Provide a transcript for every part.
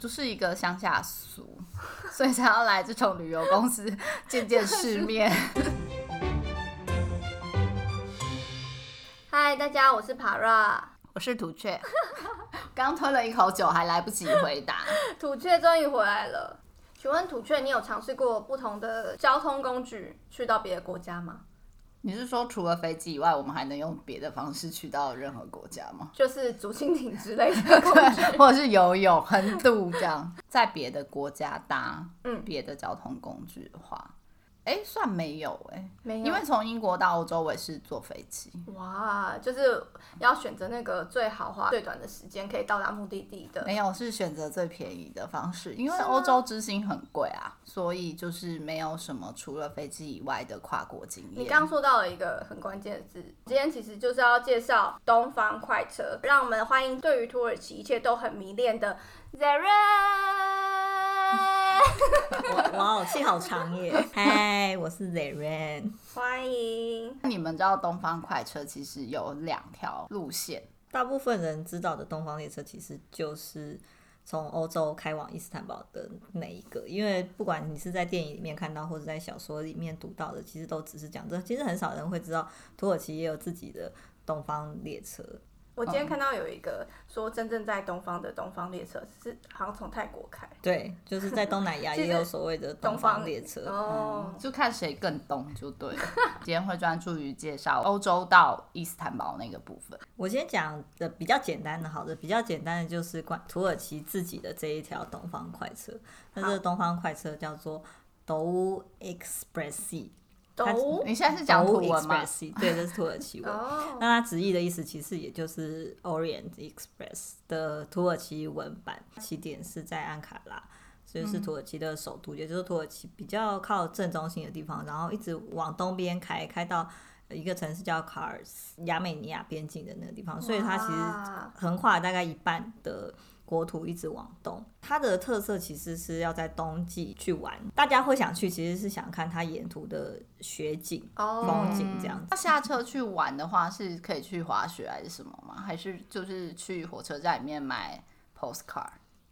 就是一个乡下俗， 所以才要来这种旅游公 司见见世面。嗨，大家，我是 Para。 我是土雀， 刚吞了一口酒，还来不及回答。土雀终于回来了。请问土雀，你有尝试过不同的交通工具去到别的国家吗？你是说除了飞机以外，我们还能用别的方式去到任何国家 吗？就是竹蜻蜓之类的工具。对， 或者是游泳、横渡这样，在别的国家搭嗯别的交通工具的话，哎、算没有哎、没有，因为从英国到欧洲我也是坐飞机，哇，就是要选择那个最豪华、最短的时间可以到达目的地的。没有是选择最便宜的方式，因为是吗啊欧洲之星很贵啊，所以就是没有什么除了飞机以外的跨国经你验。刚说到了一个很关键的字，今天其实就是要介绍东方快车，让我们欢迎对于土耳其一切都很迷恋的 Zeren，哇哇哦，气好长耶！嗨，我是 Zeren，欢迎。你们知道东方快车其实有两条路线，大部分人知道的东方列车其实就是从欧洲开往伊斯坦堡的那一个，因为不管你是在电影里面看到，或者在小说里面读到的，其实都只是讲这。其实很少人会知道，土耳其也有自己的东方列车。我今天看到有一个说真正在东方的东方列车是好像从泰国开对，就是在东南亚其也实有所谓的东方列车。哦，就看谁更懂就对了。今天会专注于介绍欧洲到伊斯坦堡那个部分。我先讲的比较简单的，好的，比较简单的就是关土耳其自己的这一条东方快车。那这个东方快车叫做 Do Expressi，它懂你现在是讲图 Do 文吗？ Expressi，对，这是土耳其文。哦，那它直译的意思其实也就是 Orient Express 的土耳其文版，起点是在安卡拉，所以是土耳其的首都，也就是土耳其比较靠正中心的地方，然后一直往东边开，开到一个城市叫卡尔斯，亚美尼亚边境的那个地方，所以它其实哇横跨了大概一半的国土一直往东。它的特色其实是要在冬季去玩，大家会想去，其实是想看它沿途的雪景、哦嗯风景这样子。那下车去玩的话，是可以去滑雪还是什么吗？还是就是去火车站里面买 postcard？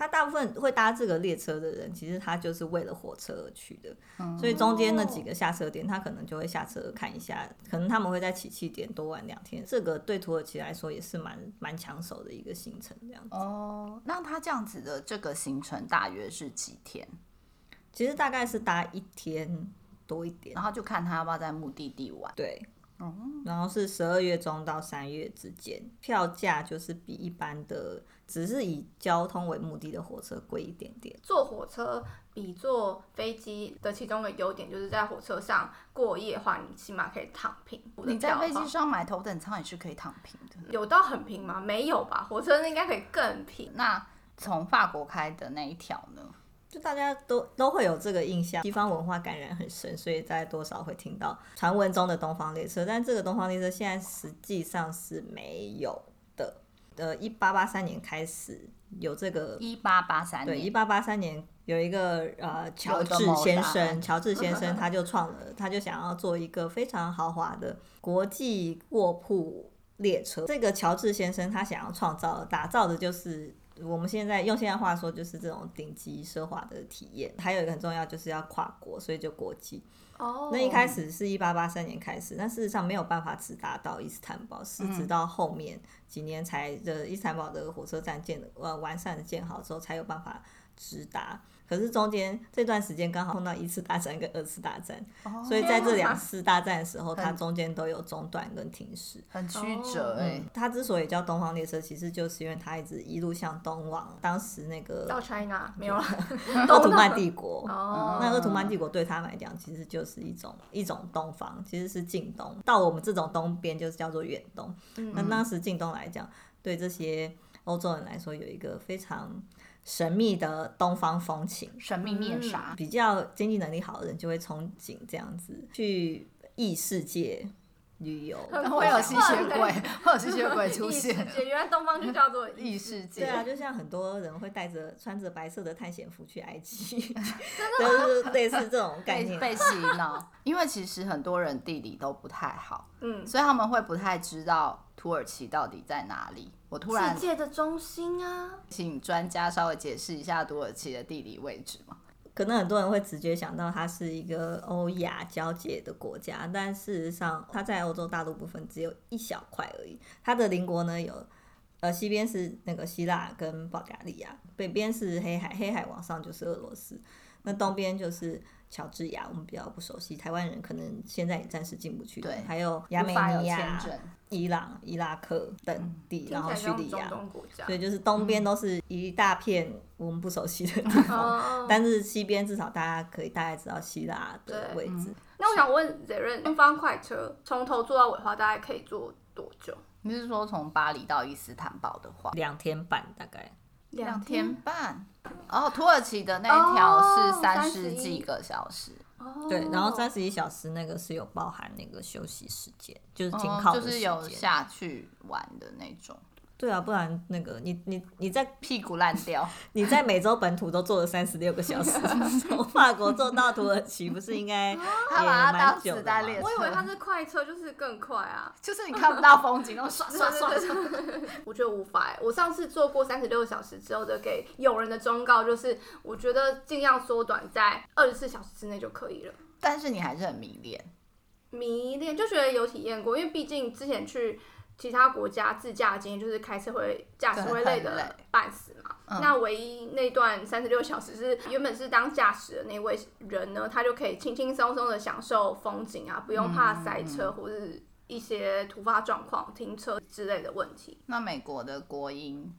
他大部分会搭这个列车的人，其实他就是为了火车而去的，所以中间那几个下车点，他可能就会下车看一下，可能他们会在起讫点多玩两天，这个对土耳其来说也是蛮蛮抢手的一个行程，这样子。哦，那它这样子的这个行程大约是几天？其实大概是搭一天多一点然，后就看他要不要在目的地玩。对，然后是十二月中到三月之间，票价就是比一般的只是以交通为目的的火车贵一点点。坐火车比坐飞机的其中的优点就是在火车上过夜的话，你起码可以躺平。你在飞我的机票上买头等舱也是可以躺平的。有到很平吗？没有吧，火车应该可以更平。那从法国开的那一条呢？就大家都都会有这个印象，西方文化感染很深，所以大家多少会听到传闻中的东方列车，但这个东方列车现在实际上是没有的。呃，一八八三年开始有这个，一八八三对，一年，八八三年有一个呃有乔一个治谋先杀案生，乔治先 生他就创了，他就想要做一个非常豪华的国际卧铺列车。这个乔治先生他想要创造的、打造的就是。我们现在用现在话说，就是这种顶级奢华的体验。还有一个很重要，就是要跨国，所以就国际。哦，那一开始是一八八三年开始，但事实上没有办法直达到伊斯坦堡，是直嗯到后面几年才的伊斯坦堡的火车站建的呃完善的建好之后才有办法直达。可是中间这段时间刚好碰到一次大战跟二次大战，哦哦所以在 这两次大战的时候，它中间都有中断跟停驶。很曲折哎、嗯，它之所以叫东方列车，其实就是因为它一直一路向东往当时那到个 China 没有了。奥图曼帝国哦，那鄂图曼帝国对他们来讲，其实就是一种一种东方，其实是近东。到我们这种东边，就是叫做远东。嗯那当时近东来讲，对这些欧洲人来说，有一个非常神秘的东方风情。神秘面纱、比较经济能力好的人就会憧憬这样子去异世界旅游。很会有吸血对鬼，会有吸血鬼出异世现，界，原来东方就叫做异世界。对啊，就像很多人会带着穿着白色的探险服去埃 及， 就是类似这种概被念。 被洗脑，因为其实很多人地理都不太好，嗯，所以他们会不太知道土耳其到底在哪里。我突然世界的中心啊，请专家稍微解释一下土耳其的地理位置嘛？可能很多人会直觉想到它是一个欧亚交界的国家，但事实上它在欧洲大陆部分只有一小块而已。它的邻国呢有，呃，西边是那个希腊跟保加利亚，北边是黑海，黑海往上就是俄罗斯，那东边就是乔治亚，我们比较不熟悉，台湾人可能现在也暂时进不去的对还有亚美无法有尼签亚、证，伊朗、伊拉克等地，然嗯听起后啊来叙像利中亚，东国家所。以就是东边都是一大片我们不熟悉的地方。嗯哦，但是西边至少大家可以大概知道希腊的对位嗯置，那我想问 Zeren，东方快车从头坐到尾的话，大概可以坐多久？你是说从巴黎到伊斯坦堡的话，两、天半大概。两天半？哦，土耳其的那一条哦是三十31几个小时，哦，对，然后三十一小时那个是有包含那个休息时间，就是停嗯靠就的时是间。有下去玩的那种，对啊，不然那个你你你在屁股烂掉。你在美洲本土都坐了三十六个小 时，从法国坐到土耳其，不是应该也他把它当蛮久子的弹吗列我以为它是快车，就是更快 啊。就是你看不到风景，那种 刷刷刷刷。 我觉得无法、欸。我上次做过三十六小时之后的给友人的忠告就是，我觉得尽量缩短在二十四小时之内就可以了。但是你还是很迷恋，迷恋就觉得有体验过，因为毕竟之前去其他国家自驾的经验，就是开车会驾驶会累嗯对很累的半死嘛。那唯一那段三十六小时是原本是当驾驶的那位人呢，他就可以轻轻松松的享受风景啊，不用怕塞车或是一些突发状况、停车之类的问题。那美国的国营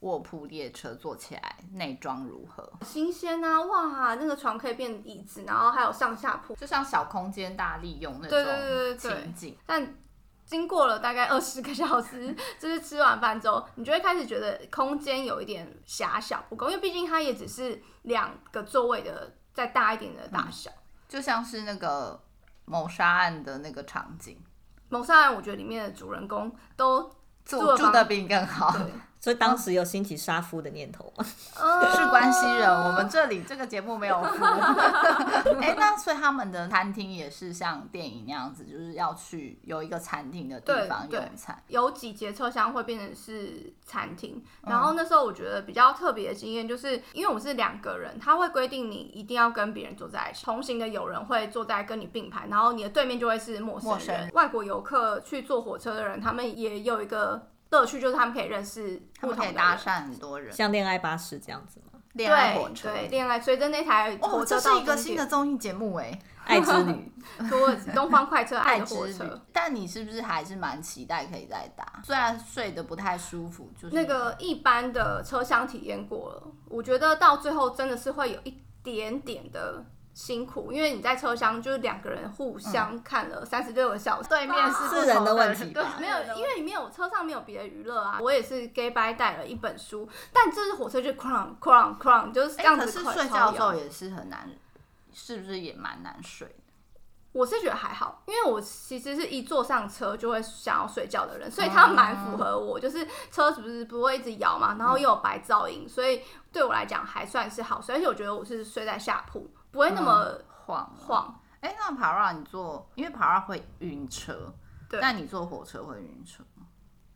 卧铺列车坐起来内装如何？新鲜啊！哇，那个床可以变椅子，然后还有上下铺。就像小空间大利用那对对对种对对情景，但经过了大概二十个小时， 就是吃完饭之后，你就会开始觉得空间有一点狭小不够，因为毕竟它也只是两个座位的再大一点的大小。就像是那个谋杀案的那个场景，谋杀案，我觉得里面的主人公都住住的住房的比你更好，所以当时有兴起杀夫的念头吗？ 呃是关西人。我们这里这个节目没 有服。哎、那所以他们的餐厅也是像电影那样子，就是要去有一个餐厅的地对方对用餐。有几节车厢会变成是餐厅，嗯然后那时候我觉得比较特别的经验，就是因为我们是两个人，他会规定你一定要跟别人坐在一起，同行的友人会坐在跟你并排，然后你的对面就会是陌生人。陌生人外国游客去坐火车的人，他们也有一个乐趣，就是他们可以认识他不们同可的以搭人讪很多人，像恋爱巴士这样 子吗？恋爱火对车。对，恋爱随着那台火哦，车这到是一个新终点 的综艺节目哎，爱之旅。土耳其东方快车爱爱的之火旅车。。但你是不是还是蛮期待可以再打？虽然睡得不太舒服，就是那个一般的车厢体验过了，我觉得到最后真的是会有一点点的辛苦，因为你在车厢就是两个人互相看了三十六个小时，嗯对面是不是人同的问题对吧，没有，因为里面有车上没有别的娱乐啊。我也是 gay bye 带了一本书，但这是火车就 cron cron cron 就是这哎样可子是快睡超觉摇的时候也是很难，是不是也蛮难睡的？我是觉得还好，因为我其实是一坐上车就会想要睡觉的人，所以它蛮符合我。就是车是不是不会一直摇嘛，然后又有白噪音，所以对我来讲还算是好睡。而且我觉得我是睡在下铺，不会那么晃哦晃。哎、那 Para 你坐，因为 Para 会晕车，对但你坐火车会晕车吗？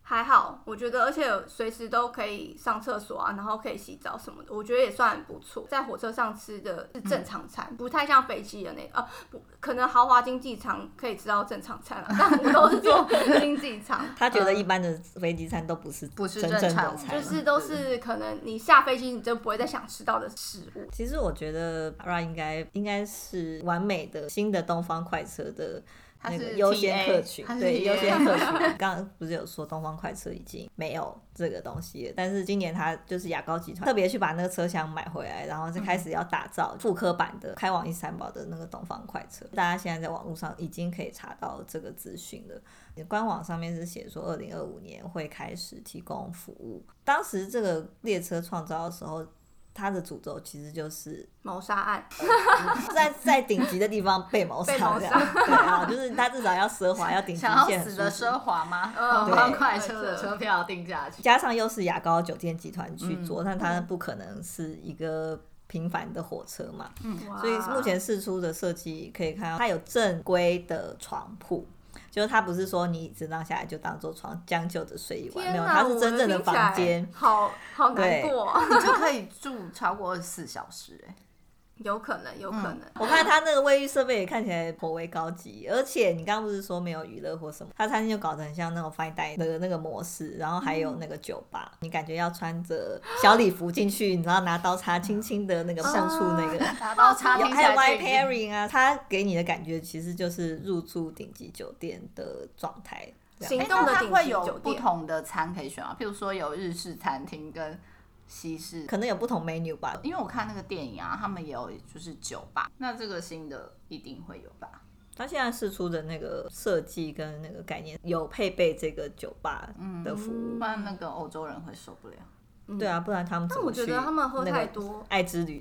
还好，我觉得，而且随时都可以上厕所啊，然后可以洗澡什么的，我觉得也算不错。在火车上吃的是正常餐，不太像飞机的那个，啊，不可能豪华经济舱可以吃到正常餐、啊，但我们都是坐 经济舱。他觉得一般的飞机餐都不是不是真正正常的的餐，就是都是可能你下飞机你就不会再想吃到的食物。其实我觉得 Ra 应该应该是完美的新的东方快车的它那个是优先 TA 客群它，是对 TA 优先 客群。刚刚不是有说东方快车已经没有这个东西了，但是今年它就是雅高集团特别去把那个车厢买回来，然后就嗯开始要打造复刻版的开往伊斯坦堡的那个东方快车。大家现在在网络上已经可以查到这个资讯了。官网上面是写说，二零二五年会开始提供服务。当时这个列车创造的时候，它的主轴其实就是谋杀案，在在顶级的地方 被谋杀被谋这样，对啊，就是他至少要奢华，要顶级想要线死的奢华吗？嗯我帮对快车的车票定下去。加上又是牙膏酒店集团嗯去做，但它不可能是一个平凡的火车嘛，所嗯所以啊目前试出的设计可以看到，它有正规的床铺。就是它不是说你只拿下来就当做床，将就着睡一晚，没天有，哪，它是真正的房间我们听起来， 好好难对过，啊你 就可以住超过二十四小时、哎，有可能，有嗯可能， 我看他那个卫浴设备也看起来颇为高级，而且你刚刚不是说没有娱乐或什么，他餐厅就搞得很像那种 fine dining 的那个模式，然后还有那个酒吧，你感觉要穿着小礼服进去，你知道拿刀叉轻轻的那个碰触那个。打到差哦 有听还有起 wine 来就已经 pairing 啊，它给你的感觉其实就是入住顶级酒店的状态。这样行哎动的那它顶会级有酒不店同的餐可以选吗？譬如说有日式餐厅跟西式，可能有不同 menu 吧，因为我看那个电影啊，他们也有就是酒吧，那这个新的一定会有吧？它现在试出的那个设计跟那个概念有配备这个酒吧的服务。不然那个欧洲人会受不了。对啊，不然他们怎但嗯么我觉得去他们喝那个太多爱之旅。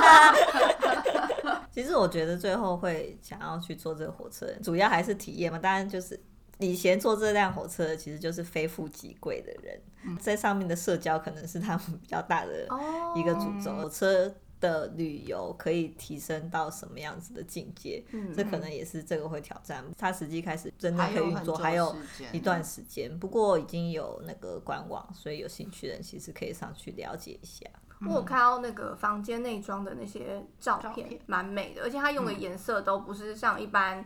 哦 其实我觉得最后会想要去坐这个火车，主要还是体验嘛。当然就是以前坐这辆火车，其实就是非富即贵的人，嗯在上面的社交可能是他们比较大的哦，一个诅咒。火车的旅游可以提升到什么样子的境界？嗯这可能也是这个会挑战。它实际开始真正嗯还可以有运很作，久还有时间一段时间。不过已经有那个官网，所以有兴趣的人其实可以上去了解一下。我有看到那个房间内装的那些照照片片，蛮美的，而且它用的嗯颜色都不是像一般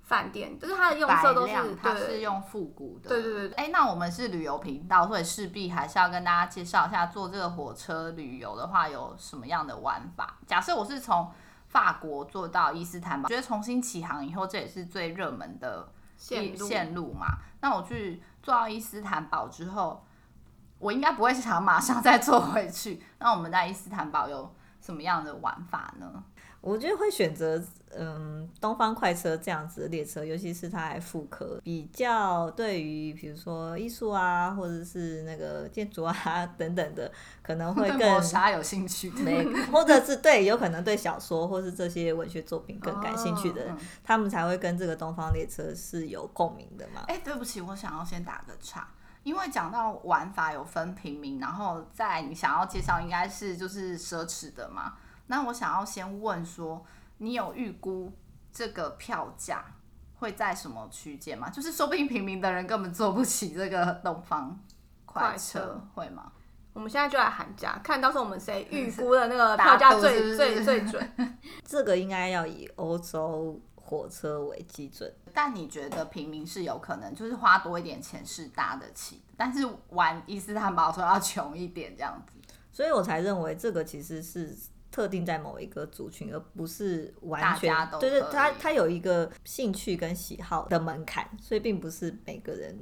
饭店，就是它的用色都白亮它是对用复古的。对对对对哎、那我们是旅游频道，所以势必还是要跟大家介绍一下，坐这个火车旅游的话有什么样的玩法。假设我是从法国坐到伊斯坦堡，觉得重新起航以后，这也是最热门的线一路线路嘛。那我去坐到伊斯坦堡之后，我应该不会想马上再坐回去。那我们在伊斯坦堡有什么样的玩法呢？我觉得会选择嗯东方快车这样子的列车，尤其是它还复刻比较对于比如说艺术啊，或者是那个建筑啊 等等的，可能会对更谋杀有兴趣的， 没，或者是对有可能对小说或是这些文学作品更感兴趣的人，哦嗯他们才会跟这个东方列车是有共鸣的嘛。哎、对不起，我想要先打个岔，因为讲到玩法有分平民，然后在你想要介绍应该是就是奢侈的嘛。那我想要先问说，你有预估这个票价会在什么区间吗？就是说不定平民的人根本坐不起这个东方快快车会吗？我们现在就来喊价，看到时候我们谁嗯预估的那个打票价赌是不最是最最 准。这个应该要以欧洲火车为基准。但你觉得平民是有可能，就是花多一点钱是搭得起的，但是玩伊斯坦堡说要穷一点这样子。所以我才认为这个其实是特定在某一个族群，而不是完全大家都对对，可以它它有一个兴趣跟喜好的门槛，所以并不是每个人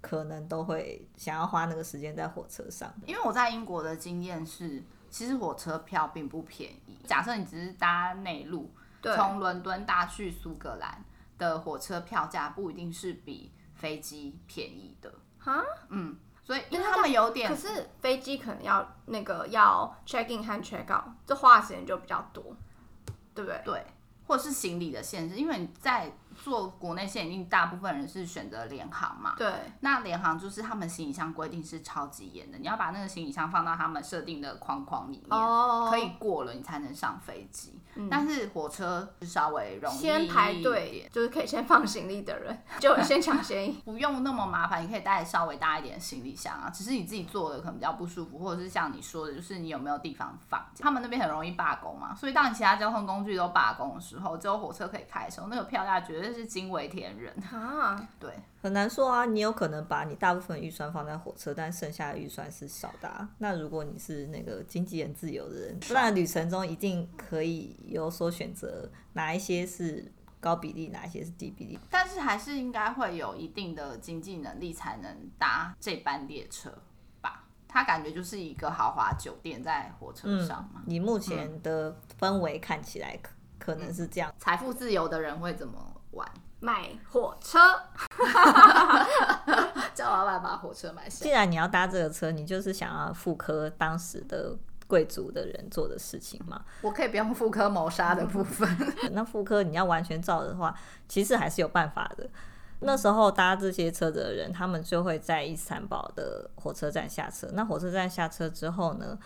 可能都会想要花那个时间在火车上。因为我在英国的经验是，其实火车票并不便宜。假设你只是搭内陆，对，从伦敦搭去苏格兰的火车票价不一定是比飞机便宜的。哈，嗯，所以因为那他们有点啊可是飞机可能要那个要 check in 和 check out，这花的时间就比较多，对不对？对，或者是行李的限制，因为你在做国内线，一定大部分人是选择联航嘛。对，那联航就是他们行李箱规定是超级严的，你要把那个行李箱放到他们设定的框框里面。哦，嗯可以过了，你才能上飞机。但是火车就稍微容易一先排点，队，就是可以先放行李的 人就先抢先赢。不用那么麻烦，你可以带稍微大一点的行李箱啊。只是你自己坐的可能比较不舒服，或者是像你说的，就是你有没有地方放。他们那边很容易罢工嘛，所以当你其他交通工具都罢工的时候，只有火车可以开的时候，那个票价绝对是惊为天人。啊，对，很难说啊，你有可能把你大部分预算放在火车，但剩下的预算是少的、啊。那如果你是那个经纪人自由的人，不然旅程中一定可以有所选择，哪一些是高比例，哪一些是低比例。但是还是应该会有一定的经济能力才能搭这班列车吧？它感觉就是一个豪华酒店在火车上嘛。以目前的氛围看起来，可可能是这样。财富自由的人会怎么 玩？买火车，叫老板把火车买下既。然你要搭这个车，你就是想要复刻当时的贵族的人做的事情 嘛。我可以不用妇科谋杀的部 分，那妇科你要完全照的话，其实还是有办法的。那时候搭这些车子的人，他们就会在伊斯坦堡的火车站下车。那火车站下车之后呢，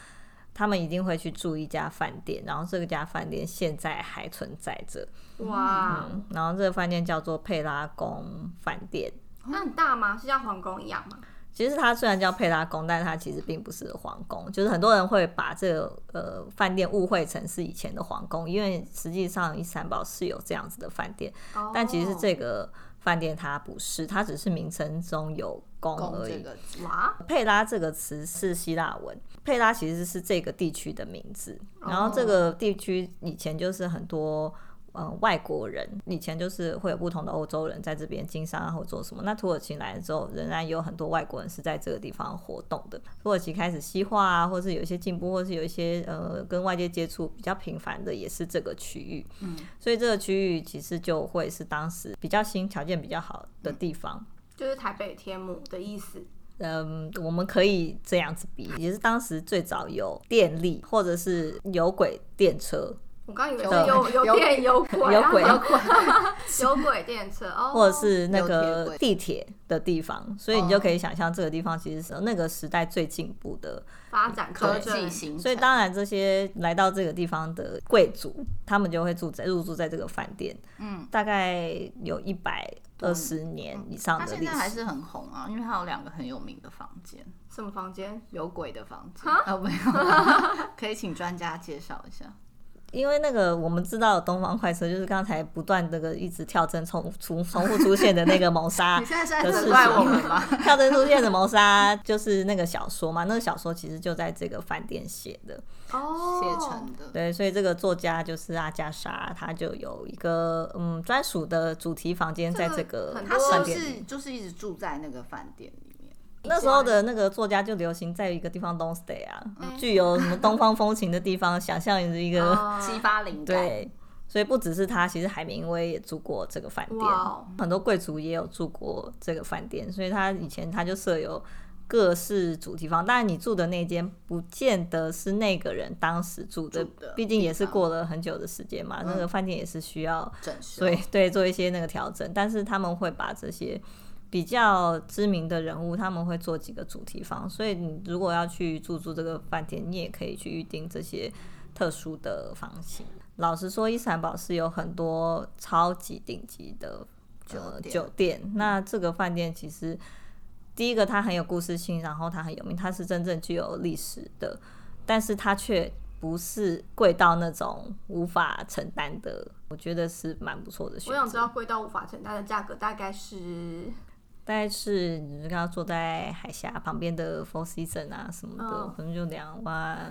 他们一定会去住一家饭店，然后这家饭店现在还存在着。哇，嗯，然后这个饭店叫做佩拉宫饭店。那很大吗？是像皇宫一样吗？其实它虽然叫佩拉宫，但是它其实并不是皇宫，就是很多人会把这个呃饭店误会成是以前的皇宫，因为实际上伊斯坦堡是有这样子的饭店，哦但其实这个饭店它不是，它只是名称中有宫供嗯而这已。个字哇，佩拉这个词是希腊文，佩拉其实是这个地区的名字。然后这个地区以前就是很多呃外国人，以前就是会有不同的欧洲人在这边经商啊或做什么。那土耳其来了之后，仍然有很多外国人是在这个地方活动的。土耳其开始西化啊，或是有一些进步，或是有一些呃跟外界接触比较频繁的，也是这个区域。嗯，所以这个区域其实就会是当时比较新、条件比较好的地方。就是台北天母的意思。嗯，我们可以这样子比，也是当时最早有电力或者是有轨电车，我刚以为是有有有电有轨，有轨然后 有有轨电车哦，或者是那有铁个轨地铁的地方，所以你就可以想象这个地方其实是那个时代最进步的。发展科正技型，所以当然，这些来到这个地方的贵族，他们就会住在入住在这个饭店，嗯，大概有一百二十年以上它的嗯现历在还史。是很红啊，因为它有两个很有名的房间，什么房间？有鬼的房间啊、没有， 可以请专家介绍一下。因为那个我们知道的东方快车，就是刚才不断那个一直跳针重重重复出现的 那个谋杀，你现在是在的事责情怪我们吧？ 跳针出现的谋杀就是那个小说嘛，那个小说其实就在这个饭店写的，哦，写成的，对，所以这个作家就是阿加莎，他就有一个嗯专属的主题房间在这这个个嗯很他是饭不店里。是就是一直住在那个饭店里面？那时候的那个作家就流行在一个地方 don't stay 啊，嗯具有什么东方风情的地方，想象一个、哦激发灵感，对。所以不只是他，其实海明威也住过这个饭店哇哦，很多贵族也有住过这个饭店，所以他以前他就设有各式主题房。当然，你住的那间不见得是那个人当时住的住的，毕竟也是地方嗯过了很久的时间嘛。那个饭店也是需要整修。对对做一些那个调整，但是他们会把这些比较知名的人物，他们会做几个主题房，所以你如果要去住住这个饭店，你也可以去预定这些特殊的房型。老实说，伊斯坦堡是有很多超级顶级的呃酒店酒店，那这个饭店其实。第一个，它很有故事性，然后它很有名，它是真正具有历史的，但是它却不是贵到那种无法承担的，我觉得是蛮不错的选我想知择。道贵到无法承担的价格大概是大概是你就跟他坐在海峡旁边的 Four Season 啊什么的，嗯可能就两万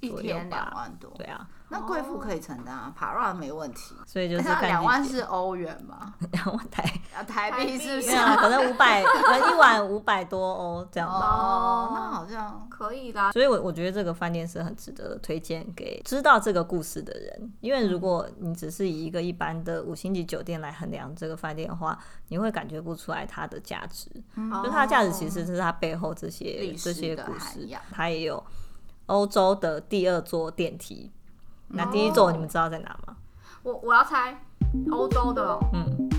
一左右天两吧。万多，对啊，那贵妇可以承担啊，Para 没问题。所以就是哎那看两你万是欧元吗？ 两万 台，啊，台币是不是台没？有啊，可能五百，可能一晚五百多欧这样吧。哦，那好像可以啦。所以我，我觉得这个饭店是很值得推荐给知道这个故事的人，因为如嗯果你只是以一个一般的五星级酒店来衡量这个饭店的话，你会感觉不出来它的价值。就就它的价值其实嗯是它背后这些哦历史这的些故涵事养，它也有欧洲的第二座电哦梯。那第一座你们知道在哪吗？我我要猜欧洲的哦，嗯，